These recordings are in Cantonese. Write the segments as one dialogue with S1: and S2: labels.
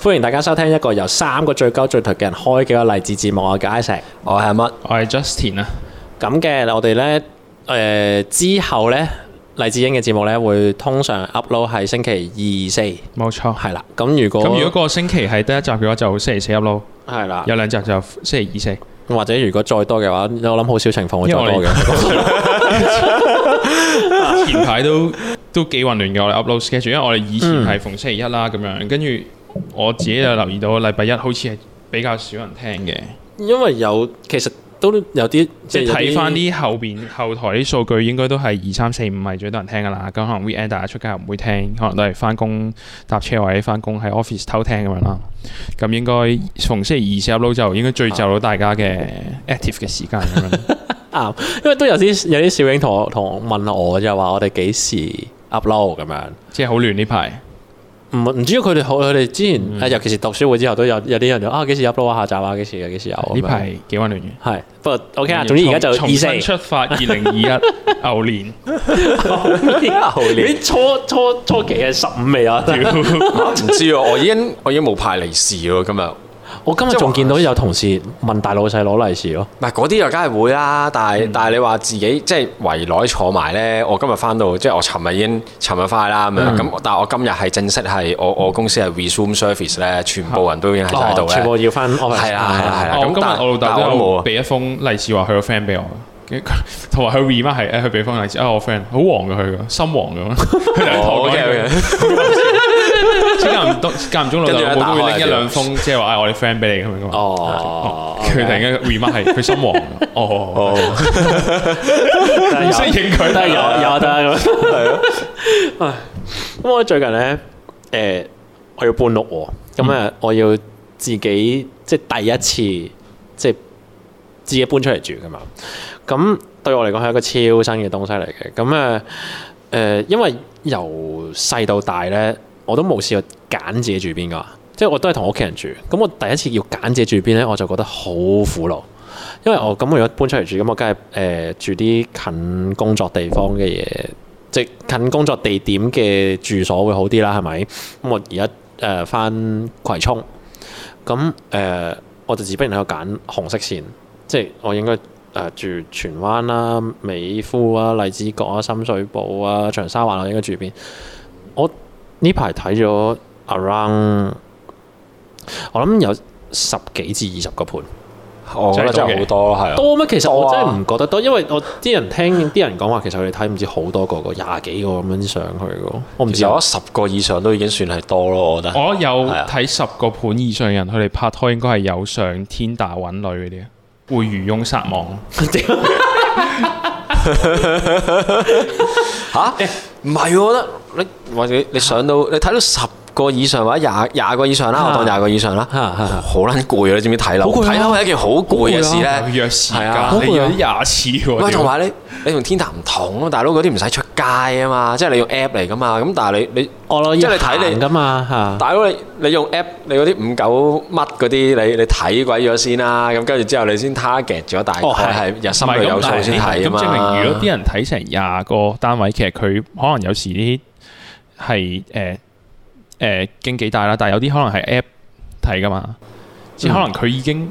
S1: 歡迎大家收聽一個由三個最高最台嘅人開嘅一個勵志節目，我叫 Isaac。
S2: 我係乜？
S3: 我係 Justin 啊，
S1: 咁嘅，我哋咧誒之後咧勵志英嘅節目咧會通常 upload 係星期二四，
S3: 冇錯。
S1: 係啦。咁如果
S3: 咁如果個星期係得一集嘅話，就星期四 upload，
S1: 係啦，
S3: 有兩集就星期二四。
S1: 或者如果再多嘅話，我諗好少情況會再
S3: 因為
S1: 多
S3: 我哋
S1: 嘅。
S3: 前排都都幾混亂嘅，我哋 upload schedule，因為我哋以前係逢星期一啦咁樣，跟住我自己就留意到禮拜一好似係比較少人聽嘅，
S1: 因為有其實都有啲
S3: 即
S1: 係
S3: 係睇翻
S1: 有
S3: 啲後邊後台啲數據，應該都係二三四五係最多人聽噶啦。咁可能 weekend 大家出街又唔會聽，可能都係翻工搭車或者翻工喺 office 偷聽咁樣啦。咁應該逢星期二四 upload 就應該最就到大家嘅 active 嘅時間咁樣。
S1: 啱，因為都有啲有啲小影同我同我問我就話我哋幾時 upload 咁樣。
S3: 即係好亂呢排。
S1: 唔唔知佢哋好，佢哋之前、啊尤其是讀書會之後，都有有啲人就啊幾時 upload 啊下集啊，幾時啊幾時有咁樣
S3: 呢排幾混亂嘅。
S1: 係，不過 OK 啊啦。總之而家就
S3: 重
S1: 二四
S3: 新出發，二零二一牛年，
S1: 你 初初初期係十五未啊？
S2: 唔知喎，我已經我已經冇派利是喎，今日。
S1: 我今日仲見到有同事問大老細攞利是咯，
S2: 唔係嗰啲又梗係會啦，但係、但係你話自己即係圍內坐埋咧，我今日翻到即係我尋日已經尋日快啦咁樣，咁、但係我今日係正式係我我公司係 resume service 咧，全部人都已經喺晒度
S1: 哦全部
S2: 咧，
S1: 要翻 office
S2: 係啦係啦係啦，
S3: 我
S2: 啊咁
S3: 今日
S2: 但係
S3: 哦啊我老
S2: 但
S3: 豆
S2: 係
S3: 都有
S2: 我都冇啊，
S3: 俾一封利是話佢個 friend 俾我，跟住佢同埋佢 remark 係誒佢俾封利是啊，我 friend 好黃嘅佢個心黃咁樣，佢兩堂講
S2: 哦 OK，OK
S3: 嘅，即係間唔多間唔中老豆
S2: 跟住
S3: 老
S2: 咧
S3: 母
S2: 打
S3: 都會
S2: 開
S3: 拎
S2: 嚟
S3: 一兩封，即係話啊我哋 friend 俾你咁樣噶嘛。
S1: 哦，
S3: 佢突然
S2: 啊
S3: 間 remark 係佢心黃，哦，
S2: 哦
S1: 間
S3: 識影佢
S1: 得有有得咁樣。係咯。唉咁我最近咧，誒，我要搬屋喎，咁啊，我要自己即係第一次即係自己搬出嚟住噶嘛。咁對我嚟講係一個超新嘅東西嚟嘅。咁啊，誒，因為由細到大咧，我都冇試過揀自己住邊噶。即係我都係同屋企人住，咁我第一次要揀自己住邊咧，我就覺得好苦惱。因為我咁，我如果搬出嚟住，咁我梗係誒住啲近工作地方嘅嘢，即係近工作地點嘅住所會好啲啦，係咪？咁我而家誒翻葵涌，咁誒、呃我就自不然喺度揀紅色線，即係我應該誒、呃住荃灣啦、美孚啊、荔枝角啊、深水埗啊、長沙灣，我應該住邊？我呢排睇咗 around，我諗有十幾至二十個盤。
S2: 我覺得真係好多係啊，
S1: 多咩？其實我
S2: 多啊
S1: 真係唔覺得多，因為我啲人聽啲人講話，其實佢哋睇唔知好多個個廿幾個咁樣上去嘅，我唔
S2: 其
S1: 知
S2: 實
S1: 啊
S2: 我覺得十個以上都已經算係多咯，我覺得。
S3: 我有
S2: 係啊
S3: 睇十個盤以上人，佢哋拍拖應該係有上天打揾女嗰啲啊，會漁翁撒網。
S2: 吓？唔係，我覺得你或者你上到你睇到十個以上或者廿廿個以上啦，我當廿個以上啦，
S1: 啊啊啊
S2: 好撚攰啊！你知唔知睇樓？
S1: 好攰啊
S2: 睇樓係一件好攰嘅事咧，
S3: 約時
S2: 係
S3: 間
S2: 啊，
S1: 好攰啊
S3: 你約廿次喎。
S2: 喂，
S3: 屌
S2: 同埋你你同天塔唔同啊，大佬嗰啲唔使出街啊嘛，即係你用 app 嚟噶嘛，咁但係你你
S1: 我咯，
S2: 即係你睇你
S1: 噶嘛嚇，
S2: 大佬你你用 app 你嗰啲五九乜嗰啲，你你睇鬼咗先啦，咁跟住之後你先 target 咗大概
S1: 哦係
S2: 係日
S3: 唔
S2: 心
S3: 係
S2: 裏有
S3: 咁
S2: 數
S3: 但係
S2: 先睇啊
S3: 咁
S2: 嘛。
S3: 證明如果啲人睇成廿個單位，其實佢可能有時啲係誒誒經紀大啦，但係有啲可能係 app 睇噶嘛，即係可能佢已經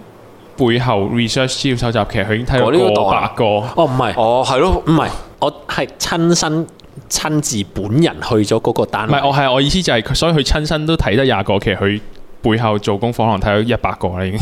S3: 背後 research 資料搜集，其實佢已經睇
S2: 我呢個
S3: 到
S2: 當
S3: 過
S2: 啊
S3: 百個。
S1: 哦唔係
S2: 哦係咯
S1: 唔，係，我係親身親自本人去咗嗰個單
S3: 唔
S1: 位
S3: 係，，我係我意思就係佢，所以佢親身都睇得廿個，其實佢背後做功課可能睇到一百個啦已經。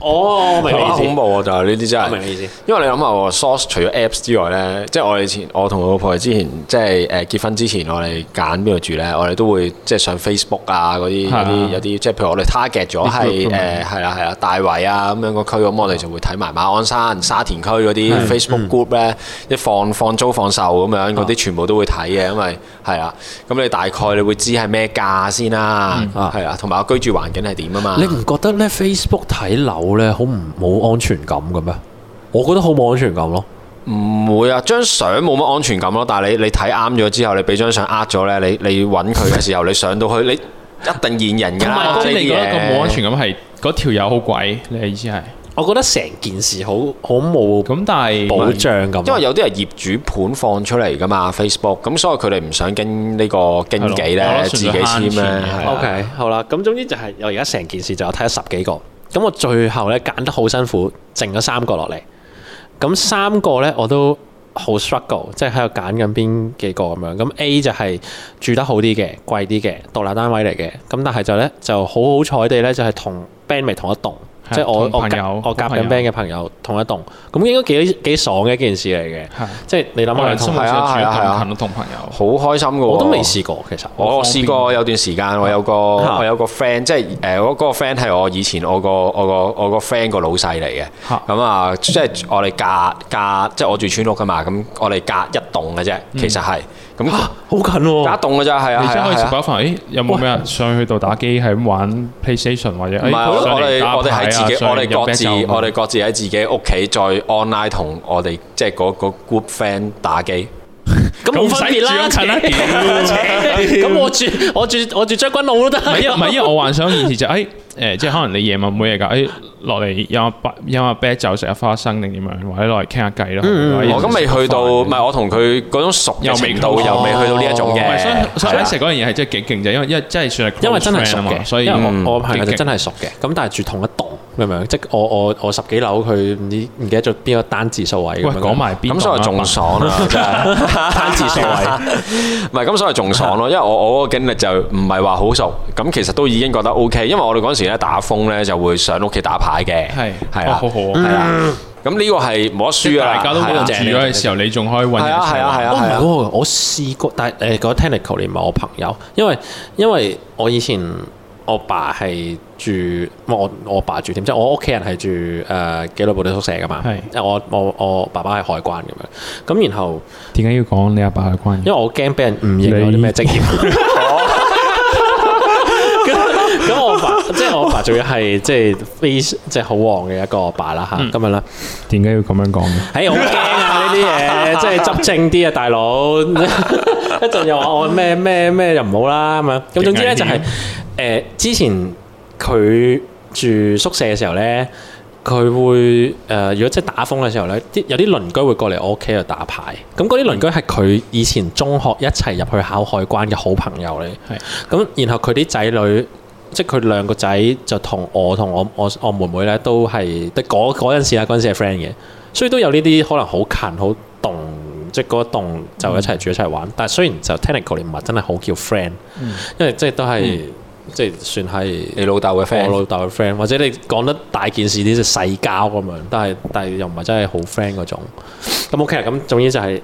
S1: 哦，我明
S2: 好
S1: 你意
S2: 恐
S1: 思，
S2: 怖啊！就係呢啲真
S1: 我
S2: 係
S1: 明。你意思，
S2: 因為你諗下喎，source 除咗 apps 之外咧，即係我哋以前我同我老婆之前即係誒結婚之前，我哋揀邊度住咧，我哋都會即係上 Facebook 啊嗰啲
S3: 係啊
S2: 嗰啲有啲，即係譬如我哋 target 咗係
S3: group 啊
S2: 誒係啦係啦大圍啊咁樣個區，咁我哋就會睇埋馬鞍山、沙田區嗰
S1: 嗯
S2: 啲 Facebook group 咧，一放放租放售咁樣
S1: 啊
S2: 嗰啲全部都會睇嘅，因為係啦，咁你大概你會知係咩價先啦，
S1: 啊
S2: 係啦，同埋我居住環境係點啊嘛
S1: 哦你。唔覺得咧 Facebook 睇樓咧好唔冇安全感嘅咩？我覺得好冇安全感咯，
S2: 唔會啊，張相冇乜安全感咯。但係你你睇啱咗之後，你俾張相呃咗咧，你你揾佢嘅時候，你上到去你一定現人㗎
S3: 同埋
S2: 啦。
S3: 咁
S2: 呢啲
S3: 你覺得個
S2: 嘢
S3: 冇安全感係嗰條友好鬼，你嘅意思係？
S1: 我覺得成件事好好冇
S3: 咁但係
S1: 保障咁。啊
S2: 因為有啲係業主盤放出嚟噶嘛，Facebook，咁所以佢哋唔想經呢個經紀
S3: 係
S2: 咧
S3: 咯，
S2: 自己簽
S3: 純粹慳錢
S2: 咧，
S3: 嘅
S2: 係
S1: O、
S2: 啊
S1: k 好啦，咁總之就係我而家成件事就我睇咗十幾個，咁我最後咧揀得好辛苦，剩咗三個落嚟。咁三個咧我都好 struggle，即係喺度揀緊邊幾個咁樣。咁 A 就係住得好啲嘅，貴啲嘅，獨立單位嚟嘅。咁但係就咧就好好彩地咧，就係同 band 咪同一棟，
S3: 係
S1: 即係我我
S3: 同朋友
S1: 夾我夾
S3: 同朋
S1: 緊
S3: 友
S1: band 嘅朋友同一棟，咁應該幾幾爽嘅一件事嚟嘅。
S3: 係
S1: 即係你諗
S3: 我
S1: 下
S3: 哋
S1: 同
S3: 生
S2: 活
S3: 活上住
S2: 係啊係啊係
S3: 一
S2: 啊
S3: 棟近同朋友，
S2: 好開心噶喎。
S1: 我都未試過其實。
S2: 我
S3: 方便啊
S2: 試過有段時間，我有個
S1: 嚇
S2: 我有個 friend，即係誒我嗰個 friend 係我以前我個我個我個 friend 個老細嚟嘅
S3: 嚇。
S2: 咁啊，即係我哋隔隔，即係我住村屋噶嘛，咁我哋隔一棟嘅啫，其實係咁
S1: 嚇好近
S2: 隔
S1: 喎、
S2: 一棟嘅咋，係
S3: 嗯
S2: 啊
S3: 啊哦你
S2: 係
S3: 真係可以食
S2: 啊係啊。
S3: 飽飯，誒有冇咩啊？上去度打機係咁玩 PlayStation 或者
S2: 唔
S3: 誒
S2: 係我
S3: 上
S2: 我
S3: 嚟打
S2: 哋我哋
S3: 牌
S2: 係
S3: 啊
S2: 自己，
S3: 上
S2: 我
S3: 嚟
S2: 哋
S3: 飲
S2: 各
S3: 啤
S2: 自
S3: 酒
S2: 我哋各自喺自己屋企再 online 同我哋即係嗰個 group friend 打機。
S1: 咁冇分別啦，
S3: 咁使住咁近啦
S1: 切
S3: 屌
S1: 咁我住我住我住將軍澳都得，
S3: 唔係 因唔係因為我幻想件事就誒誒，即係可能你夜晚每日㗎，誒落嚟飲下白飲下啤酒，食下花生定點樣，或者落嚟傾下偈咯。或者
S2: 我哦咁未去到，唔係我同佢嗰種熟嘅
S3: 又未
S2: 程度
S3: 到
S2: 又未去到呢一種
S1: 哦
S2: 嘅
S3: 唔係，所以所以
S2: 係啦啊
S3: Alex 嗰樣嘢係真係幾勁啫，因為因為真係算係 close
S1: 因為真係熟
S3: friend 啊嘛
S1: 嘅，
S3: 所以
S1: 因為
S2: 嗯
S1: 我我朋友就
S3: 幾勁
S1: 真係熟嘅，咁但係住同一棟咁樣，即係我我我十幾樓，佢唔知唔記得咗邊個單字數位
S3: 喂
S1: 咁樣。
S3: 講埋邊
S2: 咁所
S3: 檔
S2: 以
S3: 啊
S2: 仲爽啦，真係
S1: 單字數位，
S2: 唔係咁所以仲爽咯，因為我我嗰個經歷就唔係話好熟，咁其實都已經覺得 O K，因為我哋嗰陣時咧打風咧就會上屋企打牌嘅，
S3: 係
S2: 係
S3: 哇
S2: 啊，
S3: 好好啊
S2: 係啦，咁呢個係冇得輸啊，
S3: 大家都
S2: 係
S3: 喺度
S2: 啊
S3: 住
S1: 正
S3: 咗嘅時候，你仲可以揾
S2: 係
S3: 嘢
S2: 啊
S3: 食
S2: 係啊係
S1: 哦，唔係
S2: 啊
S1: 喎，我試過，但係誒嗰 technical 你唔係我朋友，因為因為我以前我爸係住，唔係我我爸住點，即係我屋企人係住誒、呃、紀律部隊宿舍噶嘛，
S3: 係
S1: 因為我我我爸爸係海關咁樣，咁然後
S3: 點解要講你阿爸嘅關
S1: 因
S3: 係
S1: 為？我驚俾人誤認我啲咩職業。 咁咁我爸即係我爸仲要係即係非即係好旺嘅一個爸啦吓，咁樣啦。
S3: 點解要咁樣講嘅？
S1: 哎，好驚啊呢啲嘢，即係執正啲啊，大佬。 一陣又話我咩咩咩又唔好啦咁樣。咁總之咧就係誒之前佢住宿舍嘅時候咧。佢會誒、呃如果即係打風嘅時候咧，啲有啲鄰居會過嚟我屋企度打牌。咁嗰啲鄰居係佢以前中學一齊入去考海關嘅好朋友嚟。
S3: 係
S1: 咁然後佢啲仔女，即係佢兩個仔就同我同我我我妹妹咧都係，得嗰嗰陣時啊啦，嗰陣時係 friend 嘅，所以都有呢啲可能好近好動，即係嗰一棟就一齊住一齊玩。但係雖然就 technically 唔係真係好叫 friend，、因為即係都係、即係算係。
S2: 你老豆嘅
S1: 我
S2: friend，
S1: 老豆嘅 friend，或者你講得大件事啲就細交咁樣，但係但係又唔係真係好 friend 嗰種。咁 OK 啦，咁總之就係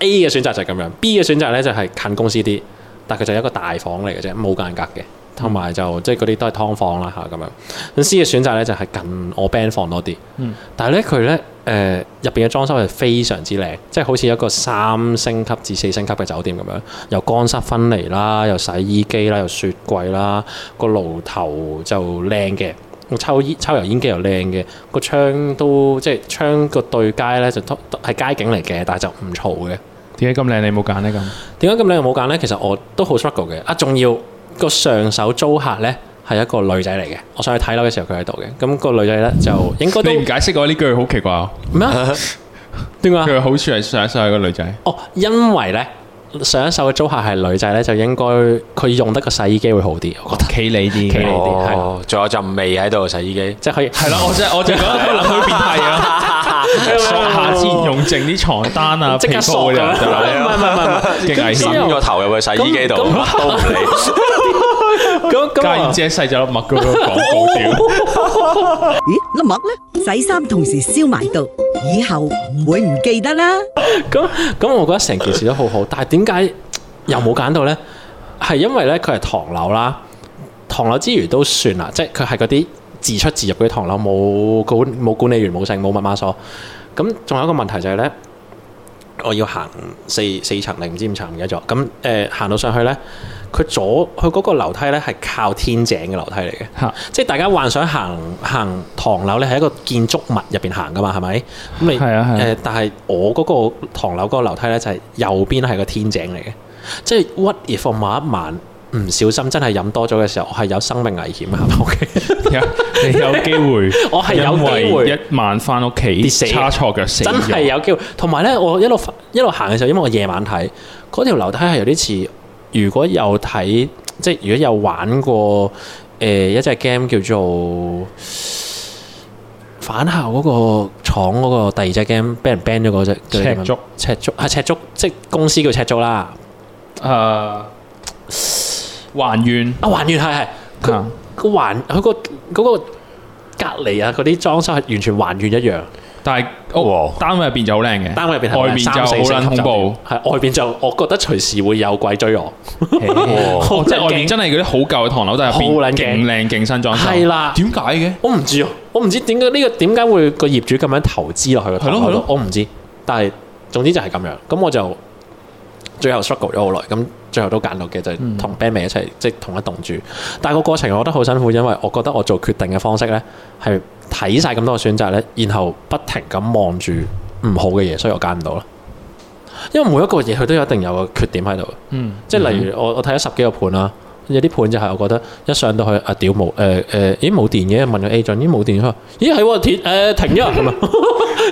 S1: A 嘅選擇就係咁樣，B 嘅選擇咧就係近公司啲，但佢就係一個大房嚟嘅啫，冇間隔嘅，同埋就即係嗰啲都係劏房啦嚇咁樣。咁 C 嘅選擇咧就係近我 band 房多啲，
S3: 嗯
S1: 但係咧佢咧誒入邊嘅裝修係非常之靚，即係好似一個三星級至四星級嘅酒店咁樣，有乾濕分離啦，有洗衣機啦，有雪櫃啦，個爐頭就靚嘅。個抽煙抽油煙機又靚嘅，個窗都即係窗個對街咧就都都係街景嚟嘅，但係就唔嘈嘅。
S3: 點解咁靚你冇揀呢？咁？
S1: 點解咁靚冇揀呢？其實我都好 struggle 嘅。啊，仲要個上手租客呢係一個女仔嚟嘅。我上去睇樓嘅時候佢喺度嘅。咁、個女仔呢，就應該都
S3: 你唔解釋我呢句好奇怪啊！
S1: 咩啊？ 點解啊？
S3: 佢嘅好處係上一世係個女仔，
S1: 哦，因為呢，上一手嘅租客係女仔呢，就應該佢用得個洗衣機會好啲，我覺得。
S3: 企理啲
S1: 企理
S3: 係
S1: 啲係
S2: 哦，仲有陣味喺度洗衣機，
S1: 即係可以係
S3: 啦，我就我就覺得佢諗佢變態啊！索 下先用剩啲床單 啊、
S1: 即
S3: 被
S1: 刻
S3: 鋪
S1: 索
S3: 嘅
S1: 㗎啦
S3: 就啊
S1: 唔係唔係唔係唔係。
S3: 勁危險。
S2: 伸個頭入去洗衣機度，
S1: 咁
S2: 乜都唔理。
S1: 咁 咁
S3: 家燕
S1: 啊
S3: 姐細咗粒麥嗰個廣告屌，
S4: 咦，粒麦呢？洗衫同时烧埋度，以后唔会唔记得啦。
S1: 咁咁，我覺得成件事都好好，但係點解又冇揀到呢？係因為呢，佢係唐樓啦，唐樓之餘都算啦，即係佢係嗰啲自出自入嘅唐樓，冇管冇管理員，冇剩，冇密碼鎖。咁仲有一個問題就係呢，我要行四四層定唔知五層唔記得咗。咁誒行到上去呢，佢左佢嗰個樓梯呢係靠天井嘅樓梯嚟嘅。
S3: 嚇
S1: 即係大家幻想行行唐樓咧，係一個建築物入邊行噶嘛，係咪？咁你
S3: 係啊係啊
S1: 誒但係我嗰個唐樓嗰個樓梯咧，就係右邊係個天井嚟嘅，即係 what if 我某一晚唔小心真係飲多咗嘅時候，我係有生命危險啊！OK，
S3: 有你有機 會，
S1: 我係有機會
S3: 因為一晚翻屋
S1: 跌死
S3: 企差錯腳死
S1: 真
S3: 咗
S1: 係有機會。同埋咧，我一路一路行嘅時候，因為我夜晚睇嗰條樓梯係有啲似，如果有睇即係如果有玩過誒、呃一隻 game 叫做。反校嗰個廠嗰個第二隻 game 俾人 ban 咗嗰隻叫咩啊
S3: 赤足
S1: 赤足係赤足，即係公司叫赤足啦。
S3: 誒還願
S1: 啊，還原係係佢
S3: 啊
S1: 個還佢個嗰個隔離啊，嗰啲裝修係完全還原一樣。
S3: 但係屋
S2: 哇
S3: 單位入邊就好靚嘅，
S1: 單位入邊係
S3: 外面就
S1: 三
S3: 好
S1: 四星
S3: 撚
S1: 級
S3: 恐
S1: 酒
S3: 怖，
S1: 店，係外邊就我覺得隨時會有鬼追我，
S3: 哦
S1: 我
S3: 即係外面
S1: 驚
S3: 真係嗰啲好舊嘅唐樓，但係入
S1: 好
S3: 邊
S1: 撚
S3: 勁
S1: 驚
S3: 靚勁新裝修。
S1: 係啦
S3: 點解嘅？
S1: 我唔知啊，我唔知點解呢個點解會個業主咁樣投資落去個
S3: 係咯
S1: 頭
S3: 係咯
S1: 度我唔知。但係總之就係咁樣，咁我就最後 struggle 咗好耐，咁最後都揀到嘅就係
S3: 嗯
S1: 同 band 一齊，即係同一棟住。但係個過程我覺得好辛苦，因為我覺得我做決定嘅方式呢係睇晒咁多個選擇呢，然後不停咁望住唔好嘅嘢，所以我揀唔到啦。因為每一個嘢佢都有一定有個缺點喺度。
S3: 嗯，
S1: 即係例如我我睇咗十幾個盤啦，有啲盤就係我覺得一上到去啊屌冇誒誒，咦冇電嘅，問個 agent 咦冇電，佢話咦係喎鐵誒停咗咁 啊，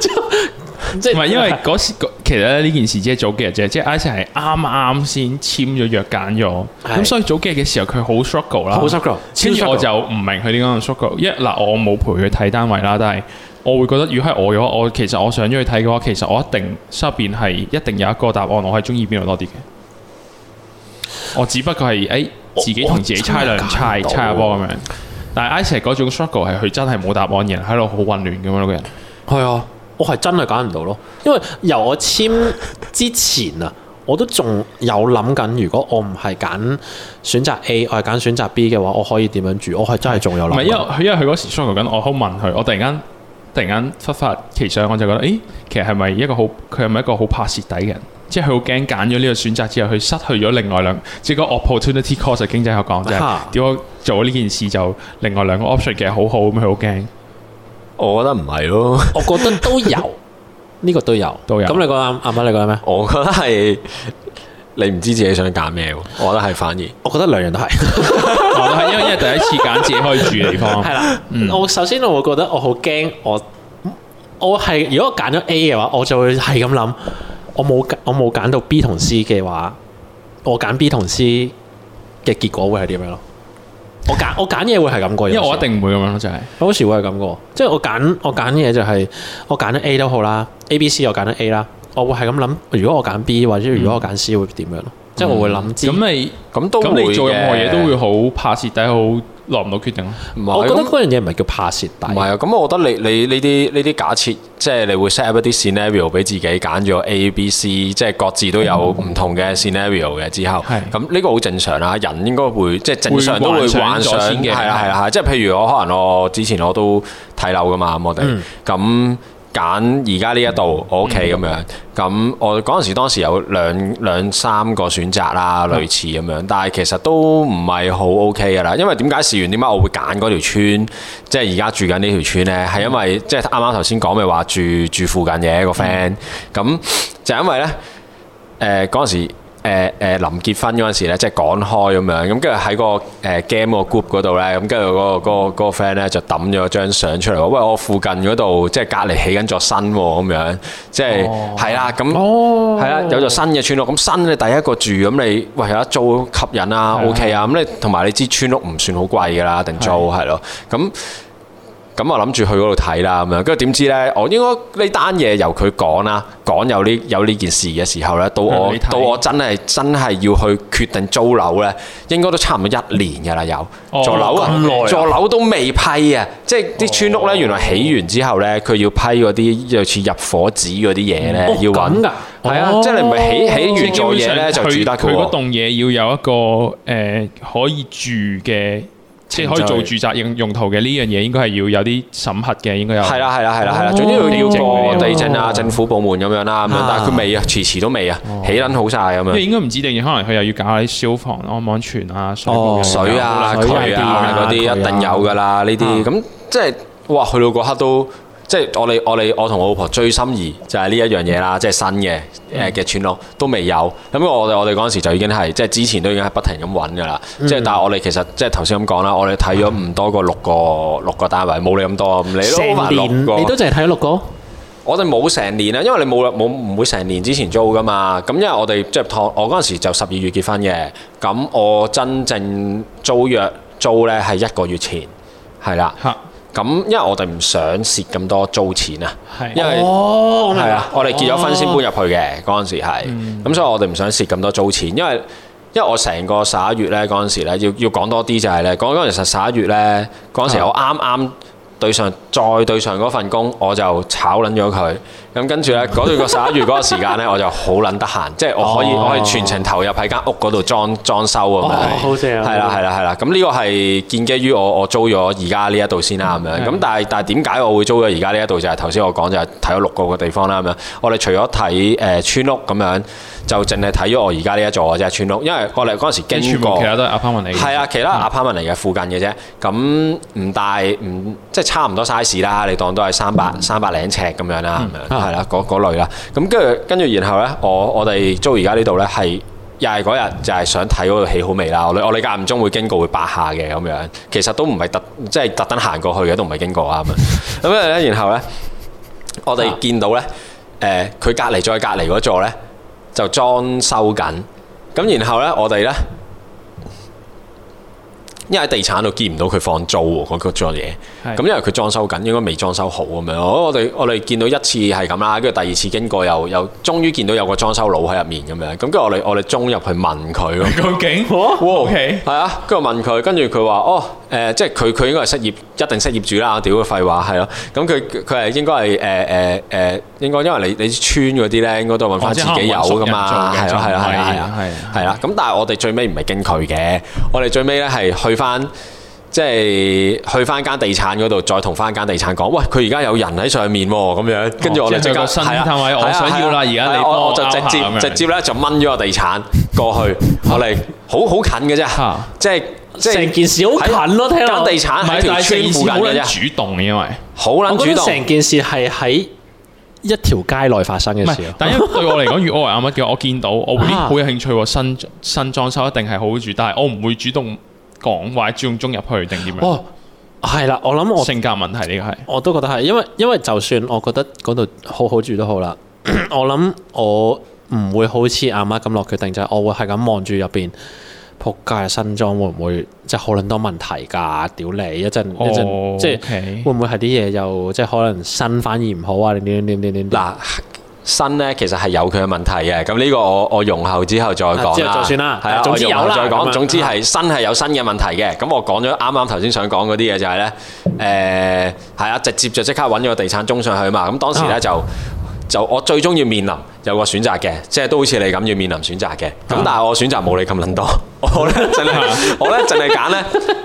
S1: 即啊
S3: 唔係因為嗰時嗰其實咧呢件事只係早幾日啫，即係 I C 係啱啱先簽咗約揀咗，
S1: 係
S3: 咁所以早幾日嘅時候佢好 struggle 啦，
S1: 好 struggle，
S3: 跟住
S1: 超
S3: 我
S1: struggle
S3: 就唔明佢點解咁 struggle，一嗱我冇陪佢睇單位啦，但係我會覺得如果係我嘅話，我其實我上咗去睇嘅話，其實我一定心入邊係一定有一個答案，我係中意邊度多啲嘅。我只不過係誒、哎自己同自己猜兩猜
S1: 我真係揀唔到
S3: 猜下波咁樣，但係 I C 嗰種 struggle 係佢真係冇答案，然後喺度好混亂咁樣個人。
S1: 係啊，我係真係揀唔到咯，因為由我簽之前啊。我都仲有諗緊，如果我唔係揀選擇 A，我係揀選擇 B 嘅話，我可以點樣住？我係真係仲有
S3: 唔
S1: 諗啊緊。
S3: 係，因為佢因為佢嗰時 struggle 緊，我好問佢，我突然間突然間忽發奇想，我就覺得，誒，其實係咪一個好佢係咪一個好怕蝕底嘅人？即係佢好驚揀咗呢個選擇之後，佢失去咗另外兩，即係個 opportunity cost 嘅經濟學講就係
S1: 嚇
S3: 點我做呢件事就另外兩個 option 嘅好好咁，佢好驚。
S2: 我覺得唔係咯，
S1: 我覺得都有，呢個都有，
S3: 都有
S1: 咁你覺得啱啱啊啱？你覺得咩？
S2: 我覺得係你唔知自己想揀咩喎，我覺得係反而
S1: 我覺得兩樣都係。
S3: 我都係因為因為第一次揀自己可以住嘅地
S2: 哦
S3: 方，
S1: 係啦，
S2: 嗯
S1: 我首先我會覺得我好驚，我我係如果我揀咗 A 嘅話，我就會係咁諗，我冇揀我冇揀到 B 同 C 嘅話，我揀 B 同 C 嘅結果會係點樣咯？我揀我揀嘢會係咁個，
S3: 因為我一
S1: 有時
S3: 定唔會咁樣咯，就係
S1: 我好似會係咁個，即係我揀我揀嘢就係、我揀咗 A 都好啦，A、B、C 我揀咗 A 啦，我會係咁諗，如果我揀 B 或者如果我揀 C 會點樣咯？即係我會諗知。
S3: 咁你
S2: 嗯咁都
S3: 咁你做任何嘢都會
S2: 會嘅
S3: 好怕蝕底，好落唔到決定咯。
S2: 唔係
S1: 我覺得
S2: 咁
S1: 嗰樣嘢唔係叫怕蝕底，
S2: 唔係啊，咁我覺得你你呢啲呢啲假設，即係你會 set up 一啲 scenario 俾自己揀咗 A、B、C，即係各自都有唔同嘅 scenario 嘅之後，
S3: 係
S2: 咁呢個好正常啦。人應該會即係正常都會
S3: 會幻
S2: 幻
S3: 想
S2: 想
S3: 咗先嘅
S2: 係啦啊係啦係啦，即係譬如我可能我之前我都睇樓噶嘛，咁我哋咁。揀而家呢一度我屋企咁樣，咁我嗰陣時當時有兩兩三個選擇啦，類似咁樣，但係其實都唔係好 OK 噶啦，因為點解試完點解我會揀嗰條村，即係而家住緊呢條村呢？係因為即係啱啱頭先講咪話住住附近嘅一個 friend，咁就因為呢。誒嗰陣時，誒、誒臨結婚嗰陣時咧，即係趕開咁樣，咁跟住喺個誒、game 個 group 嗰度咧，咁跟住嗰個嗰、個嗰個 friend 咧就抌咗張相出嚟話，喂，我附近嗰度即係隔離起緊座新喎，咁樣，即係係啦，咁係啦，有座新嘅村屋，咁新你第一個住，咁你喂有得租吸引啊，OK 啊，咁你同埋你知村屋唔算好貴㗎啦，定租係咯，咁。咁啊我諗住去嗰度睇啦，咁樣，跟住點知呢？我應該呢單嘢由佢講啦，講有呢有呢件事嘅時候呢，到我
S3: 嗯你睇
S2: 到我真係真係要去決定租樓呢，應該都差唔多一年㗎啦，
S3: 哦
S2: 有座樓
S3: 咁耐啊哦
S2: 啊，座樓都未批啊，即係啲村屋呢，原來起完之後呢，佢要批嗰啲類似入伙紙嗰啲嘢呢，
S1: 哦
S2: 要
S1: 咁
S2: 揾
S1: 㗎
S2: 係
S3: 哦
S2: 啊，即係你唔係起起完座嘢呢，就住得㗎
S3: 佢嗰
S2: 喎，
S3: 棟嘢要有一個誒、呃可以住嘅，即係可以做住宅用用途嘅呢樣嘢，應該係要有啲審核嘅，應該有。
S2: 係啦係啦係啦係啦，
S3: 哦
S2: 總之要要過地政
S3: 哦
S2: 啊、政府部門咁樣啦，咁樣但係佢未啊，遲遲都未啊，起撚好晒咁樣
S3: 因。為應該唔指定嘅，可能佢又要搞下啲消防安唔安全啊、水務嘅
S2: 水啊、
S1: 水啊
S2: 渠啊嗰啲
S1: 渠啊
S2: 一定有噶啦，呢啲咁即係哇，去到嗰刻都即係我哋我哋我同我老婆最心儀就係呢一樣嘢啦，即係新嘅誒嘅串窿都未有。咁我哋我哋嗰陣時就已經係即係之前都已經係不停咁揾㗎啦。即係但係我哋其實即係頭先咁講啦，我哋睇咗唔多過六個六個單位，冇你咁多，你都
S1: 成
S2: 埋六
S1: 年
S2: 個
S1: 你都淨係睇咗六個，
S2: 我哋冇成年啦，啊因為你冇冇唔會成年之前租噶嘛。咁因為我哋即係托我嗰陣時就十二月結婚嘅，咁我真正租約租呢係一個月前，係啦。
S3: 嚇
S2: 咁因為我哋唔想蝕咁多租錢啊，
S3: 係
S2: 因為
S1: 哦，我明
S2: 係
S1: 白哦
S2: 啊，我哋結咗婚先搬入去嘅嗰陣時係，咁、
S1: 嗯
S2: 所以我哋唔想蝕咁多租錢，因為因為我成個十一月咧嗰陣時咧，要要講多啲就係咧，講嗰陣時十一月咧嗰陣
S1: 啊
S2: 時，我啱啱對上再對上嗰份工，我就炒撚咗佢，咁跟住咧嗰段個十一月嗰個時間咧，我就好撚得閒，即係我可以、
S1: 哦
S2: 我可以全程投入喺間屋嗰度裝裝修咁樣
S1: 哦，好正啊
S2: 係啦係啦係啦，咁呢個係建基於我我租咗而家呢一度先啦咁樣，咁
S3: 嗯
S2: 但係但係點解我會租咗而家呢一度就係頭先我講就係睇咗六個嘅地方啦咁樣，我哋除咗睇誒村屋咁樣，就淨係睇咗我而家呢一座嘅啫村屋，因為我哋嗰陣
S3: 即
S2: 時
S3: 係
S2: 經
S3: 全部
S2: 過
S3: 其。他都係 apartment 嚟嘅。嗯
S2: 係啊，其他 apartment 嚟嘅附近嘅啫，咁唔大唔即係差唔多 size 啦，你當都係三
S3: 嗯
S2: 百三百零尺咁樣啦，咁
S3: 啊
S2: 樣係啦，嗰嗰類啦。咁跟住跟住，然後咧，我我哋租而家呢度咧係。又係嗰日就係想睇嗰度起好未啦，我哋我哋間唔中會經過會八下嘅咁樣，其實都唔係特即係特登行過去嘅，都唔係經過啊 咁樣。咁樣咧，然後咧，我
S3: 啊
S2: 哋見到咧，誒、佢隔離再隔離嗰座咧就裝修緊，咁然後咧我哋咧。因為喺地產度見唔到佢放租喎，嗰嗰座嘢。
S3: 係
S2: 咁因為佢裝修緊，應該未裝修好咁樣。我我哋我哋見到一次係咁啦，跟住第二次經過又又終於見到有個裝修佬喺入面咁樣。咁跟住我哋我哋中入去問佢咁。
S3: 究竟
S2: 哇
S3: OK
S2: 係啊，跟住問佢，跟住佢話哦，誒、即係佢佢應該係失業，一定失業主啦，屌佢廢話係咯。咁佢佢係應該係誒誒誒，應該因為你你村嗰啲咧，應該都揾翻
S3: 哦
S2: 自
S3: 即係可
S2: 己
S3: 能
S2: 有
S3: 揾熟
S2: 噶嘛，係
S3: 人
S2: 咯
S3: 做嘅
S2: 係咯
S3: 就唔
S2: 係
S3: 係
S2: 啊係啊
S3: 係
S2: 係啦。咁但係我哋最尾唔係經佢嘅，我哋最尾咧係去翻。即係去翻間地產嗰度，再同翻間地產講，喂，佢而家有人喺上面喎，咁樣，跟住
S3: 哦
S2: 我哋
S3: 即係
S2: 即
S3: 佢
S2: 刻
S3: 個新
S2: 係啊
S3: 單位我
S2: 係啊
S3: 想要啦
S2: 係啊
S3: 而家
S2: 係啊
S3: 你幫
S2: 我
S3: 我
S2: 我就直接
S3: 勾下咁樣
S2: 直接咧就掹咗個地產 過去，我哋好好近嘅啫
S3: 嚇，
S2: 即係即係
S1: 成件事好近咯聽落
S2: 間地
S3: 唔
S2: 產啊
S3: 係，
S2: 喺
S3: 但
S2: 條
S3: 係
S2: 村
S3: 成件
S2: 附
S3: 事
S2: 近
S3: 好
S2: 嘅啫，
S3: 撚主動嘅，因為
S2: 好
S1: 我
S2: 撚
S1: 覺
S2: 主
S1: 得
S2: 動。
S1: 成件事係喺一條街內發生嘅
S3: 唔
S1: 事啊
S3: 係
S2: 啊
S1: 咯，。
S3: 但因為對我嚟講，如果我係啱乜嘅，我見到我會
S1: 啊
S3: 好有興趣喎。新新裝修一定係好住，但係我唔會主動講或者主動中入去定點樣。
S1: 哦，係啦，我諗我
S3: 性格問題呢
S1: 我都覺得係，因為因為就算我覺得嗰度好好住都好啦， 我諗我唔會好似阿媽咁落決定，就係、哦我會係咁望住入邊。仆街新裝會唔會即係好撚多問題㗎？屌你一陣
S3: 個
S1: 一
S3: 係
S1: 陣，
S3: 哦，
S1: 即係
S3: OK
S1: 會唔會係啲嘢又即係可能新反而唔好啊？點點點點點點
S2: 嗱，新咧其實係有佢嘅問題嘅，咁呢個我我容後之後再
S1: 啊
S2: 講
S1: 之後
S2: 啦。
S1: 就算啦
S2: 係啊，
S1: 總之
S2: 我容
S1: 有
S2: 後
S1: 啦
S2: 再
S1: 咁啊
S2: 講，
S1: 樣
S2: 總之係新係有新嘅問題嘅。咁我講咗啱啱頭先想講嗰啲嘢就係咧，誒係啊，直接就即刻揾咗個地產中上去嘛。咁當時
S1: 啊
S2: 咧就。就我最終要面臨有個選擇嘅，即係都好似你咁要面臨選擇嘅。
S3: 啊
S2: 咁但係我選擇冇你咁撚多， 我咧淨係 我咧淨係揀咧，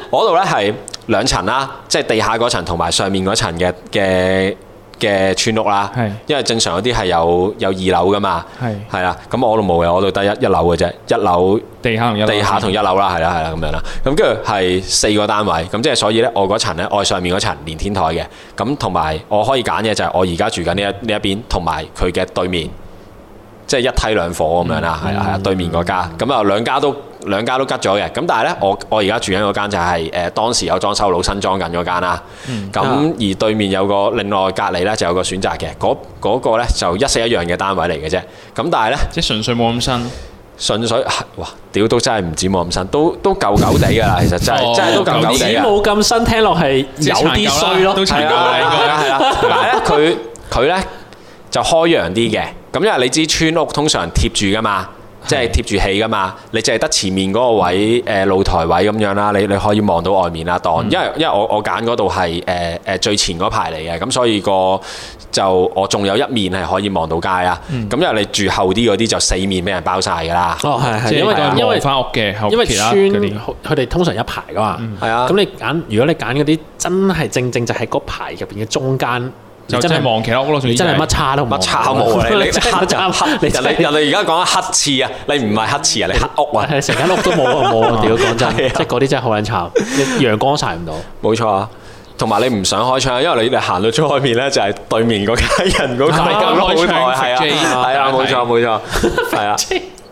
S2: 我度咧係兩層啦，即係地下嗰層同埋上面嗰層嘅嘅嘅村屋啦
S3: 係。
S2: 因為正常嗰啲係有有二樓噶嘛，
S3: 係
S2: 係啦。咁我度冇嘅，我度得一一樓嘅啫，一樓
S3: 地下同一樓
S2: 地下同一樓啦，係啦係啦咁樣啦。咁跟住係四個單位，咁即係所以咧，我嗰層咧，我係上面嗰層連天台嘅，咁同埋我可以揀嘅就係我而家住緊呢一呢一邊，同埋佢嘅對面，即係一梯兩伙咁樣啦，係啦係啦，對面嗰家，咁啊兩家都兩家都吉咗嘅。咁但係咧，我我而家住緊嗰間就係誒當時有裝修佬新裝緊嗰間啦。咁
S1: 啊
S2: 而對面有個另外隔離咧就有個選擇嘅，嗰嗰個咧就一式一樣嘅單位嚟嘅啫。咁但係咧。
S3: 即係純粹冇咁新。
S2: 純粹哇，屌都真係唔止冇咁新，都都舊舊地㗎啦，其實真係、
S3: 哦
S2: 真係都舊
S1: 唔
S2: 舊
S1: 止
S2: 地㗎，
S1: 冇咁新，聽落係有啲衰咯
S3: 都。殘
S2: 係
S3: 舊
S2: 啊
S3: 啦，
S2: 係
S3: 應該
S2: 啊係啊，但係咧佢佢咧就開揚啲嘅，咁因為你知村屋通常貼住㗎嘛。即係貼住起㗎嘛，你淨係得前面嗰個位誒、呃露台位咁樣啦，你你可以望到外面啦，當、因為因為我我揀嗰度係誒誒最前嗰排嚟嘅，咁所以個就我仲有一面係可以望到街啦。咁、因為你住後啲嗰啲就四面俾人包晒㗎啦。
S1: 哦，係係，
S3: 即係
S1: 因為因為
S3: 望翻屋嘅後
S1: 因為
S3: 其他嗰啲嗯
S1: 村。佢哋通常一排噶嘛，
S2: 係啊
S1: 咁你揀，如果你揀嗰啲真係正正就係嗰排入邊嘅中間，
S3: 就
S1: 你
S3: 真係望其他屋咯，仲
S1: 你
S3: 要
S1: 真係
S3: 係
S1: 乜叉都冇，
S2: 乜
S3: 哦
S2: 抄冇啊！你
S1: 你真係乜叉
S2: 黑
S1: 你真
S2: 人哋 人
S1: 係
S2: 哋而家講緊黑刺啊！你唔係黑刺啊，你黑屋啊！
S1: 係成間屋都冇啊冇啊！屌講真，
S2: 係啊
S1: 即係嗰啲真係好撚慘，你陽光曬唔到。
S2: 冇錯啊！同埋你唔想開窗，因為你哋行到出外面咧，就係對面嗰家人嗰個
S3: 大家啊開窗
S2: 係啊，
S3: 食 J
S2: 係啊，冇錯冇錯，係啊。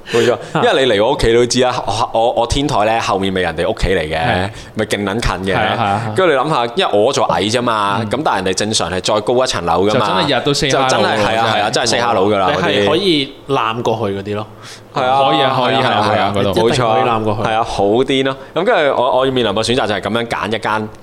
S2: 冇錯，因為你嚟我屋企都知啦，我我我天台咧後面咪人哋屋企嚟嘅
S3: 係，
S2: 咪勁撚近
S3: 係啊係啊係
S2: 嘅
S3: 啊。嗯
S2: 跟住你諗下，因為我就矮啫嘛，咁但係人哋正常係再高一層樓
S3: 就
S2: 噶嘛，
S3: 真係日都 say
S2: 就
S3: hello
S2: 真係係啊
S3: 喎
S2: 係啊，
S3: 真
S2: 真
S3: 係
S2: 係 say hello 噶啦，
S1: 你
S2: 嗰
S1: 係
S2: 啲
S1: 可以攬過去嗰啲咯，
S2: 係啊，
S3: 可以啊可以
S2: 係
S3: 係啊
S2: 啊係
S3: 係啊
S2: 啊，
S3: 嗰度
S2: 冇
S1: 一定
S2: 錯，
S1: 可以攬過去
S2: 係啊，好癲咯。咁跟住我我要面臨嘅選擇就係咁樣揀一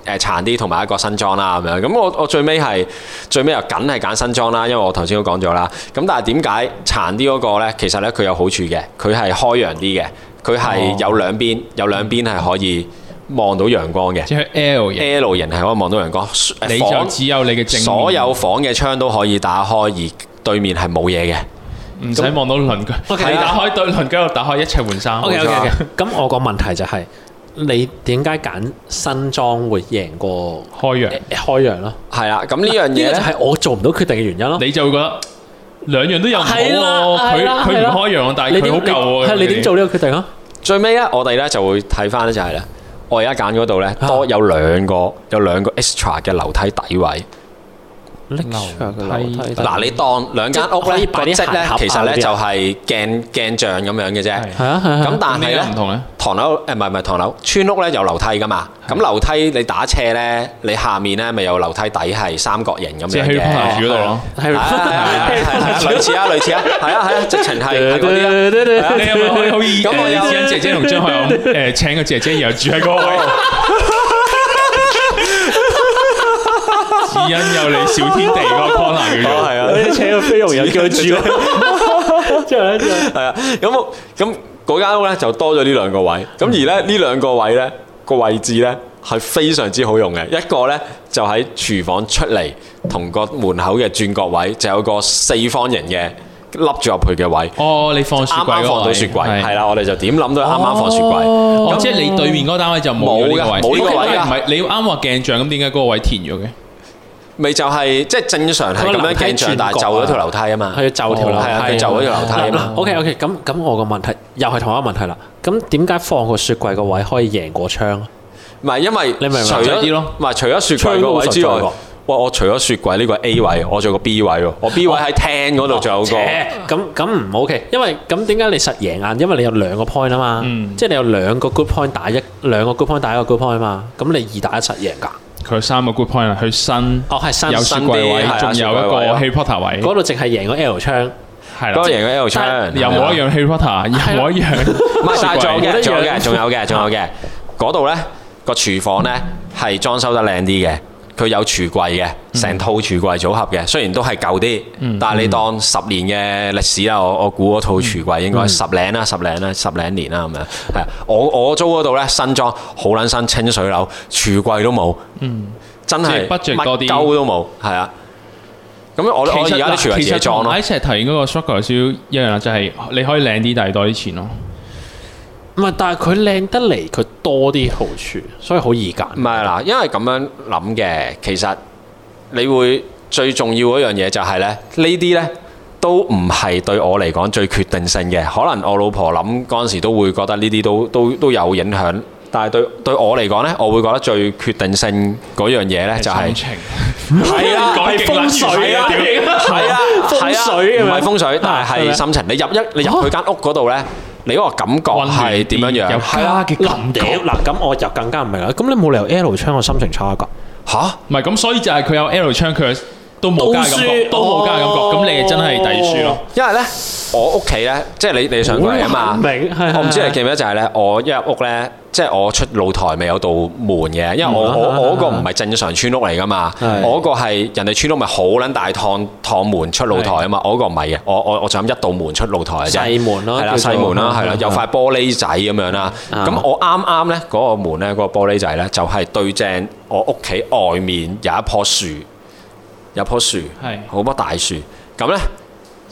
S2: 間誒殘啲同埋一個新裝啦咁樣。咁我我最尾係最尾又梗係揀新裝啦，因為我頭先都講咗啦。咁但係點解殘啲嗰個咧？其實咧佢有好處嘅，佢係開揚啲嘅，佢
S1: 哦
S2: 係有兩邊有兩邊係可以望到陽光嘅。
S3: 即係 L 型，
S2: L 型係可以望到陽光，誒
S3: 你
S2: 房
S3: 就只有你嘅正面
S2: 所有房嘅窗都可以打開，而對面係冇嘢嘅。
S3: 唔使望到鄰居。
S1: OK，
S3: 你打開對鄰居，我打開一齊換衫。
S1: OK OK OK，咁我個問題就係、你點解揀新裝會贏過誒
S3: 開揚，
S1: 開陽咯？
S2: 係啦，咁呢樣
S1: 呢
S2: 嘢
S1: 個就
S2: 咧。
S1: 係我做唔到決定嘅原因咯。
S3: 你就會覺得兩樣都有唔好
S1: 係啦
S3: 喎。
S1: 係
S3: 佢
S1: 啦
S3: 佢
S1: 係
S3: 唔
S1: 啦
S3: 開揚，但係
S1: 你
S3: 佢
S1: 點
S3: 好舊喎。
S1: 係
S3: 佢
S1: 你點做呢個決定啊？
S2: 最尾咧，我哋咧就會睇翻咧就係咧，我而家揀嗰度咧
S1: 啊
S2: 多有兩個有兩個 extra 嘅樓梯底位。
S3: 哦樓梯
S2: 嗱，你當兩間
S1: 即係
S2: 屋
S1: 可
S2: 咧
S1: 以
S2: 個
S1: 擺啲
S2: 積咧
S1: 鞋盒，啊
S2: 其實咧
S1: 嗰啲
S2: 就
S1: 啊
S2: 係鏡鏡像咁樣嘅啫。
S1: 係
S3: 係
S1: 啊係啊係
S2: 咁
S1: 啊，
S2: 但係
S3: 咁
S2: 咧
S3: 你有唔同咧，
S2: 唐樓誒唔係唔係唐樓，村屋咧有樓梯噶嘛。咁樓梯你打斜咧，你下面咧咪有樓梯底係三角形咁
S3: 即係
S2: 樣
S3: Harry Potter
S2: 嘅。
S3: 住嗰度咯。
S1: 係
S2: 係啊係啊係啊係啊類似啊類似啊，係啊係啊，直情係係嗰啲啊。
S3: 你有冇可以好似
S2: 咁我有
S3: 誒子欣姐姐同張 學友誒請個姐姐，然後住喺嗰個位？ 子欣有你小天地嗰個 corner 叫做。
S2: 啊
S1: 你請個菲傭人叫佢住，之後咧之後
S2: 係啊，咁我咁嗰間屋咧就多咗呢兩個位，咁而咧呢兩個位咧個位置咧係非常之好用嘅，一個咧就喺廚房出嚟同個門口嘅轉角位就有個四方形嘅凹住入去嘅位，
S3: 哦，你放雪
S2: 啱啱
S3: 櫃嗰個
S2: 放到
S3: 位
S2: 雪櫃，係
S3: 係
S2: 啦，我哋就點諗都係啱啱放雪櫃。
S3: 哦，即係你對面嗰個單位就冇咗呢個位，
S2: 冇嘅冇呢個位㗎
S3: 唔係你啱話鏡像咁，點解嗰個位填咗嘅？
S2: 咪就係即係正常係咁樣鏡像，但係就咗條樓梯啊嘛，
S1: 係要就條樓
S2: 係啊，佢
S1: 梯
S2: 就
S1: 啊。
S2: 咗條樓梯啊嘛
S1: 嗱。OK OK，咁咁我個問題又係同一個問題啦。咁點解放個雪櫃個位可以贏過窗？
S2: 唔係因為
S1: 你明唔明
S2: 除
S3: 實際
S2: 咗
S3: 啲咯
S2: 唔係除咗雪櫃個位
S1: 吹嗰個實
S2: 之外
S1: 在喎，
S2: 哇！我除咗雪櫃呢個 A 位，我仲有個 B 位喎，我 B 位喺廳嗰度仲有個
S1: 哦切咁咁唔 OK，因為咁點解你實贏硬？因為你有兩個 point 啊嘛，
S3: 嗯
S1: 即係你有兩個 good point 打一兩個 good point 打一個 good point 啊嘛，咁你二打一實贏㗎。
S3: 佢有三個 good point 啦，佢新
S1: 哦，係新
S3: 有雪
S1: 新
S3: 櫃位
S2: 新啲，
S3: 仲有一
S2: 係啊
S3: 個
S2: 雪
S3: Harry Potter 位，
S1: 嗰度淨係贏個 L 窗，
S3: 係
S2: 嗰個
S3: 啦，
S2: 型嘅 L 窗
S1: 但，
S3: 又冇一樣 Harry Potter，又冇一樣
S2: 唔係，
S3: 雪
S2: 但係仲有
S3: 櫃。
S2: 嘅，
S1: 櫃
S2: 仲有嘅，
S1: 冇得
S2: 仲有嘅，仲有嘅，嗰度咧個廚房咧係裝修得靚啲嘅。佢有廚櫃嘅，
S3: 嗯
S2: 成套廚櫃組合嘅，雖然都係舊啲，但係你當十年嘅歷史啦，我我估嗰套廚櫃應該
S3: 嗯
S2: 係十零啦、十零啦、十零年啦咁樣。係啊，我我租嗰度咧新裝，好撚新清水樓，廚櫃都冇，真係
S3: 嗯即係 budget 多啲
S2: 乜鳩都冇，係啊。咁我我而家啲廚櫃自己裝咯
S3: 喺，石頭嗰個 struggle 有少少一樣啦，就係你可以靚啲，但係多啲錢咯。
S1: 唔係，但係佢靚得嚟，佢多啲好處，所以好易 揀。
S2: 唔係嗱，因為咁樣諗嘅，其實你會最重要嗰樣嘢就係咧，呢啲咧都唔係對我嚟講最決定性嘅。可能我老婆諗嗰陣時都會覺得呢啲都都都有影響，但係對對我嚟講咧，我會覺得最決定性嗰樣嘢咧就係、
S3: 心情
S2: 係啊
S3: 講極啦
S1: 風水啊
S3: 屌
S2: 係啊，
S1: 風水
S2: 係
S1: 咁樣
S2: 啊唔係風水，但
S1: 係
S2: 係係
S1: 咪
S2: 心情。你入一你入佢間屋嗰度咧，你嗰個感覺
S3: 溫暖
S2: 係點樣
S3: 啲
S2: 樣？
S3: 有
S2: 係
S3: 家，
S2: 啊
S3: 嘅
S1: 嗱
S3: 感
S1: 屌
S3: 覺。
S1: 嗱，咁我就更加唔明啦。咁你冇理由 L 窗個心情差㗎。
S2: 嚇！
S3: 唔係咁，所以就係佢有 L 窗，佢有都冇加嘅感覺，
S1: 都輸
S3: 都冇加嘅感覺。
S1: 哦
S3: 咁你真係抵輸咯。
S2: 因為咧，我屋企咧，即係你你上過嚟啊嘛，
S1: 好難明係
S2: 我唔知
S1: 係
S2: 你記唔記得就係咧，我一入屋咧，即係我出露台咪有道門嘅，因為我
S1: 嗯
S2: 我
S1: 係
S2: 我嗰個
S1: 係
S2: 唔係正常村屋嚟噶嘛，
S1: 係
S2: 我嗰個係人哋村屋咪好撚大趟趟門出露台啊嘛，我嗰個唔係嘅，我我我就咁一道門出露台嘅啫，
S1: 細門咯
S2: 係啦
S1: 叫做
S2: 細門啦，係啦
S1: 嗯，
S2: 有塊玻璃仔咁樣啦，
S1: 嗯
S2: 咁我啱啱咧嗰個門咧嗰個玻璃仔咧就係對正我屋企外面有一棵樹，有一棵樹
S3: 係
S2: 好棵大樹，咁咧。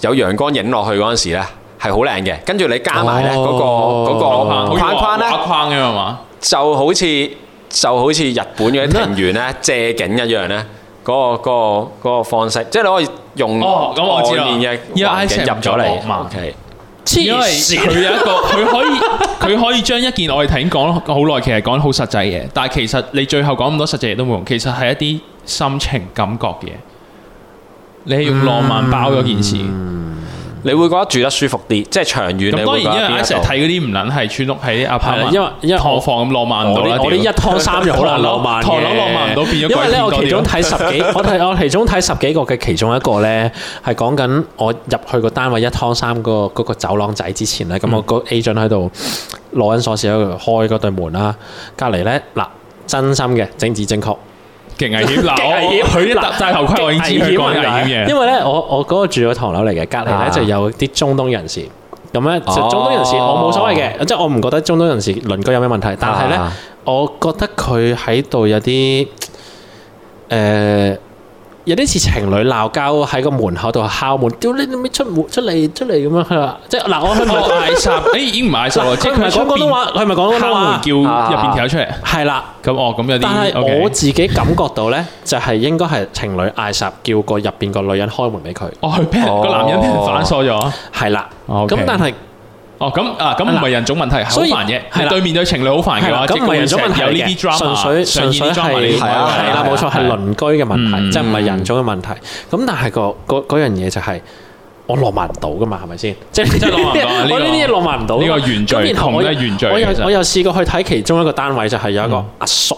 S2: 有陽光影落去嗰陣時咧，係好靚嘅。跟住你加埋咧嗰個
S1: 哦
S2: 嗰個框框咧，
S3: 畫框嘅係嘛？
S2: 就好似就好似日本嗰啲庭園咧借景一樣咧。嗰個嗰個嗰個方式，即係你可以用
S3: 哦咁我知啦
S2: 外面嘅
S3: 因為
S2: 環境
S3: Isaac
S2: 入咗嚟
S3: 唔做惡嘛
S2: ，OK，
S3: 因為
S1: 黐
S3: 佢
S1: 線，
S3: 有一個，佢可以佢可以將一件我哋頭先講好耐，其實講好實際嘢，但係其實你最後講咁多實際嘢都冇用，其實係一啲心情感覺嘅嘢。你係用浪漫包咗件事，
S2: 你會覺得住得舒服啲，即係長遠
S3: 咁
S2: 你
S3: 當然
S2: 會覺得
S3: 因為
S2: 邊
S3: 我
S2: 一
S3: 成日
S2: 度
S3: 睇嗰啲唔撚係村屋喺
S1: 係
S3: 阿 p
S1: 啦
S3: a
S1: 因為因為
S3: 唐房咁浪漫唔
S1: 我
S3: 到啦，
S1: 啲我啲一
S3: 屌
S1: 湯三就好 難浪漫嘅，
S3: 唐樓浪漫唔到變咗
S1: 因為咧，
S3: 鬼片
S1: 我
S3: 多啲
S1: 其中睇十 幾，我睇我其中睇十幾個嘅其中一個咧，係講緊我入去個單位一湯三個嗰個走廊仔之前咧，咁
S3: 嗯
S1: 我個 agent 喺度攞緊鎖匙喺度開嗰對門啦，隔離咧嗱。真心嘅，政治正確，
S3: 極 危險嗱，
S1: 極
S3: 我
S1: 危險
S3: 佢一戴戴頭盔，我已經知 佢
S1: 危險
S3: 講危
S1: 啊
S3: 險
S1: 因
S3: 嘢。
S1: 為咧，我我嗰個住咗唐樓嚟嘅，隔離
S2: 啊
S1: 咧就有啲中東人士，咁咧就
S2: 哦
S1: 中東人士我冇所謂嘅，即係我唔覺得中東人士鄰居有咩問題，但係咧。
S2: 啊
S1: 我覺得佢喺度有啲誒、呃有啲似情侶鬧交喺個門口度敲門，屌你你咪出門出嚟出嚟咁樣，佢話即係嗱我佢唔
S3: 我
S1: 係
S3: 嗌霎，誒已經唔嗌霎啦，即
S1: 佢
S3: 係
S1: 唔係
S3: 佢
S1: 講廣東話，佢唔係講廣東話
S3: 敲門叫入邊條友出嚟。
S1: 係啦。
S3: 咁哦，咁有啲。
S1: 但係
S3: OK
S1: 我自己感覺到咧，就係應該係情侶嗌霎叫個入邊個女人開門俾佢，
S3: 哦，佢俾人
S2: 哦
S3: 個男人俾人反鎖咗。
S1: 係啦。
S3: 哦，OK
S1: 咁但係
S3: 哦，咁啊，咁唔係人種問題，係好
S1: 所以
S3: 煩嘅。
S1: 係啦
S3: 對面對情侶好煩
S1: 係
S3: 嘅
S1: 啦
S3: 話，
S1: 咁
S3: 即係
S1: 唔係人種
S3: 會
S1: 問題
S3: 成日有呢啲
S1: 嘅
S3: drama，
S1: 純粹純粹
S3: 上演啲 drama
S1: 係
S2: 係啊
S1: 係啦，冇錯係鄰居嘅問題，
S3: 嗯
S1: 即係唔係人種嘅問題。咁但係個嗰嗰樣嘢就係我浪漫唔到噶嘛，係咪先？即係
S3: 真係浪漫唔 到啊呢個
S1: 我呢啲嘢浪漫唔到㗎
S3: 呢
S1: 嘛。
S3: 個
S1: 咁
S3: 原罪，
S1: 然後
S3: 同
S1: 我
S3: 咧原罪。
S1: 我有
S3: 其實
S1: 我有試過去睇其中一個單位，就係有一個
S3: 嗯
S1: 阿叔，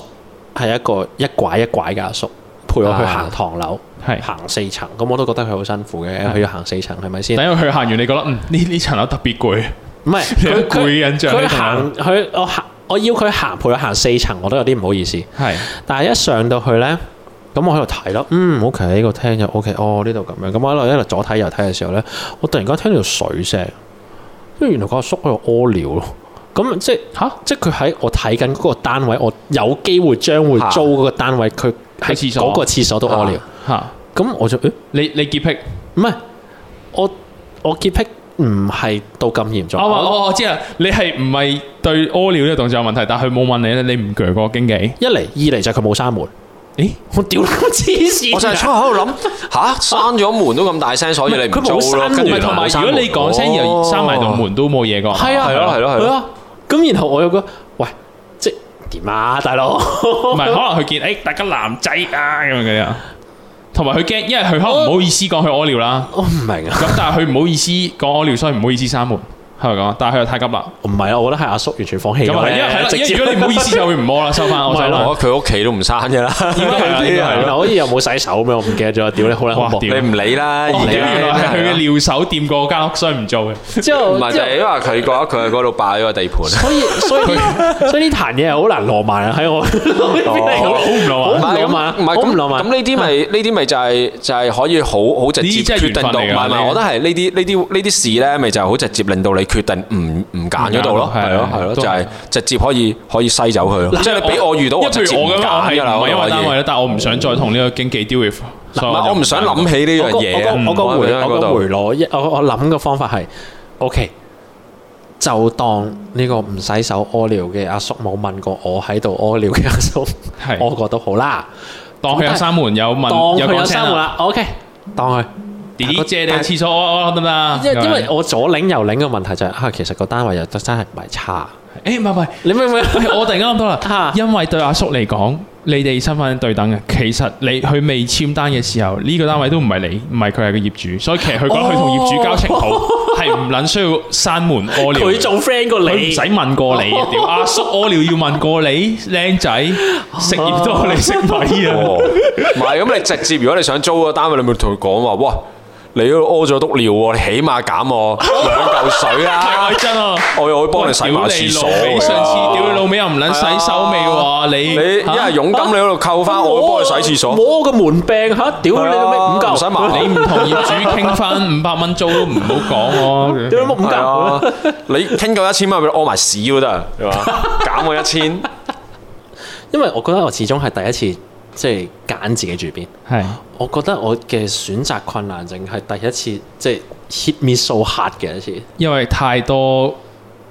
S1: 係一個一拐一拐嘅阿叔，陪我去行唐樓，
S3: 啊係
S1: 行四層，咁我都覺得佢好辛苦嘅，佢要行四層係咪先？
S3: 等因為佢行完，你覺得嗯呢呢層樓特別攰，
S1: 唔係
S3: 你有
S1: 佢
S3: 攰嘅印象喺
S1: 佢
S3: 度
S1: 行
S3: 啊
S1: 佢我行我要佢行陪我行四層，我都有啲唔好意思。
S3: 係
S1: 但係一上到去咧，咁我喺度睇咯，嗯，OK 個廳就 OK，哦呢度咁樣，咁我一路一路左睇右睇嘅時候咧，我突然間聽到水聲，因為原來個阿叔喺度屙尿咯，咁即係
S3: 吓
S1: 即係佢喺我睇緊嗰個單位，我有機會將會
S2: 嚇
S1: 租嗰個單位，佢喺
S3: 喺廁所
S1: 嗰個廁所度屙尿，
S3: 吓，
S1: 咁我就誒
S3: 你你潔癖。
S1: 唔係我我潔癖唔係到咁嚴重，
S3: 我話
S1: 我
S3: 我我知啦，你係唔係對屙尿呢個動作有問題？但係佢冇問你咧，你唔鋸過經紀？
S1: 一嚟二嚟就係佢冇閂門，
S3: 咦？
S1: 我屌你 黐線，啊
S2: 我就係初頭喺度諗吓，閂咗門都咁大聲，所以你唔
S1: 佢冇
S2: 租咯。
S1: 閂門
S2: 跟住
S3: 唔係同埋，
S2: 冇閂
S3: 如果你
S2: 門
S3: 講聲又
S2: 哦
S3: 閂埋道門都冇嘢噶，
S1: 係啊，
S2: 係咯係咯係咯
S1: 係啊。咁然後我有個喂，即係點啊，大佬？
S3: 唔
S1: 唔
S3: 係，可能佢見誒大家男仔啊咁樣嗰啲啊，同埋佢驚，因為佢可能唔好意思講佢屙尿啦，
S1: 我唔明啊，
S3: 咁但係佢唔好意思講屙尿，所以唔好意思閂門，係咪咁啊？但係佢又太急啦，
S1: 唔係啊，我覺得係阿叔完全放棄
S3: 咁啊，
S1: 咗
S3: 因為係
S1: 咧，，
S3: 啦
S1: 直
S3: 因為
S1: 接
S3: 如果你唔好意思就會唔屙啦，收翻我
S1: 唔係
S3: 收翻
S1: 咯，
S2: 我佢屋企都唔閂嘅啦，
S3: 應該係啦，應該係
S1: 係
S3: 啦。
S1: 好似又冇洗手咩？我唔記得咗，屌你好撚恐怖
S3: 哇！屌
S2: 你唔理啦，
S3: 哦
S2: 而家
S3: 原來係佢嘅尿手掂過間屋，所以唔做嘅。
S1: 之後
S2: 唔係
S1: 之
S2: 就
S1: 後
S2: 係因為佢覺得佢喺嗰度霸咗 個地盤。
S1: 所以所以所以呢壇嘢係好難浪漫啊！喺 我
S3: 好好唔浪
S1: 好
S3: 漫。
S1: 唔浪漫啊
S2: 唔係
S1: 好
S2: 咁
S1: 唔浪漫
S2: 咁呢啲咪呢啲咪就係就係可以好好直接
S3: 啊呢啲真係
S2: 決定到，唔
S3: 緣分嚟㗎
S2: 係
S3: 呢啲
S2: 唔係，我覺得係呢啲呢啲呢啲事咧，咪就係好直接令到你決定唔唔揀嗰度咯，
S3: 唔揀
S2: 係咯
S3: 嗯係啊
S2: 係咯，
S3: 都
S2: 就
S3: 係
S2: 係直接可以可以篩走佢咯，即係你俾我遇到我
S3: 因為
S2: 直
S3: 譬
S2: 接
S3: 如
S2: 唔
S3: 我咁樣，我
S2: 揀㗎啦，
S3: 係唔係因為單
S2: 可以
S3: 位咧？但係我唔想再同呢個經紀 deal with 所
S2: 唔
S3: 有人。
S2: 係我唔想諗起呢樣嘢啊，
S1: 我個我個
S2: 唔
S1: 回
S2: 想喺
S1: 我
S2: 嗰
S1: 個
S2: 度
S1: 回路，一我我諗嘅方法係，OK，就當呢個唔洗手屙尿嘅阿叔冇問過我喺度屙尿嘅阿叔，
S3: 係
S1: 我覺得好啦，
S3: 當佢有閂門，有
S1: 當
S3: 問，有
S1: 佢有
S3: 講
S1: 生
S3: 聲
S1: 活
S3: 啦。
S1: 啦，OK，當佢。
S3: 弟弟借你去廁所屙屙得唔
S1: 因
S3: 得？
S1: 因為我左領右領嘅問題就係、啊，其實個單位又真係唔係差，
S3: 誒唔係唔係。
S1: 你明唔明？
S3: 喂我突然間諗到啦
S1: 啊，
S3: 因為對阿叔嚟講，你哋身份對等嘅。其實你佢未簽單嘅時候，呢、個單位都唔係你，唔係佢係個業主，所以其實佢覺得佢同業主交情好，係唔撚需要閂門屙尿。
S1: 佢仲 friend 過
S3: 佢唔
S1: 你，
S3: 使問過你，屌阿叔屙尿要問過你，靚仔食鹽多你識米啊！
S2: 哦唔係咁，你直接如果你想租個單位，你咪同佢講話，哇！你嗰度屙咗督尿喎，你起碼減我兩嚿 水 啦
S3: 係！真啊！
S2: 我又可以幫你洗埋廁所
S3: 屌你老
S2: 㗎
S3: 味上次屌你老味又唔撚洗手尾喎，
S2: 你
S3: 你
S2: 一係佣金你喺度扣翻，我會幫你洗廁所。啊
S1: 摸個門柄嚇，屌你老味五嚿，
S2: 唔使麻煩
S3: 你唔同業主傾翻五百蚊租都唔好講
S1: 屌
S3: 喎。
S1: 你老母五
S2: 係
S1: 嚿
S2: 啊，你傾夠一千蚊，俾你屙埋屎都得，係嘛？減我一千，
S1: 因為我覺得我始終係第一次即係揀自己住邊，
S3: 係
S1: 我覺得我嘅選擇困難症係第一次即係 hit me so hard 嘅一次，
S3: 因為太多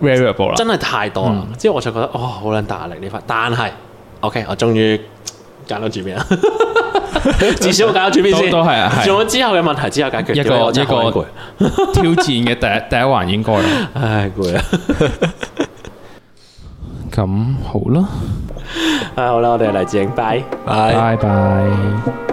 S3: variable 啦。
S1: 真係太多啦。
S3: 嗯
S1: 之後我就 覺得哦，好撚大壓力呢塊，但係 OK，我終於揀到住邊啦。至少我搞咗轉變先，
S3: 都都係啊係
S1: 仲有之後嘅問題之後解決，
S3: 一個
S1: 屌我真係好
S3: 一個
S1: 攰，
S3: 挑戰嘅第一第一環應該啦
S1: 唉攰 啊！
S3: 咁好啦，
S1: 啊好啦，我哋嚟自影拜。
S3: 拜
S2: 拜。
S3: 拜。